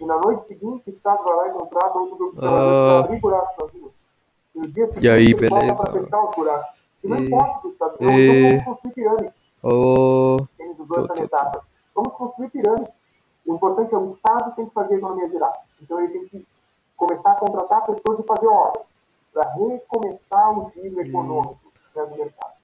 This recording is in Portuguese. E na noite seguinte estava lá encontrado outro profissional Ah. que abrir buraco sozinho. E no dia seguinte E aí, ele volta beleza. pra fechar os buracos. E não E- importa o que está e- vamos construir pirâmides. Ô, Eles Tô, usou essa tô, metáfora. Vamos construir pirâmides. O importante é o Estado tem que fazer a economia girar. Então ele tem que começar a Hum. contratar pessoas e fazer obras para recomeçar o giro econômico né, do mercado.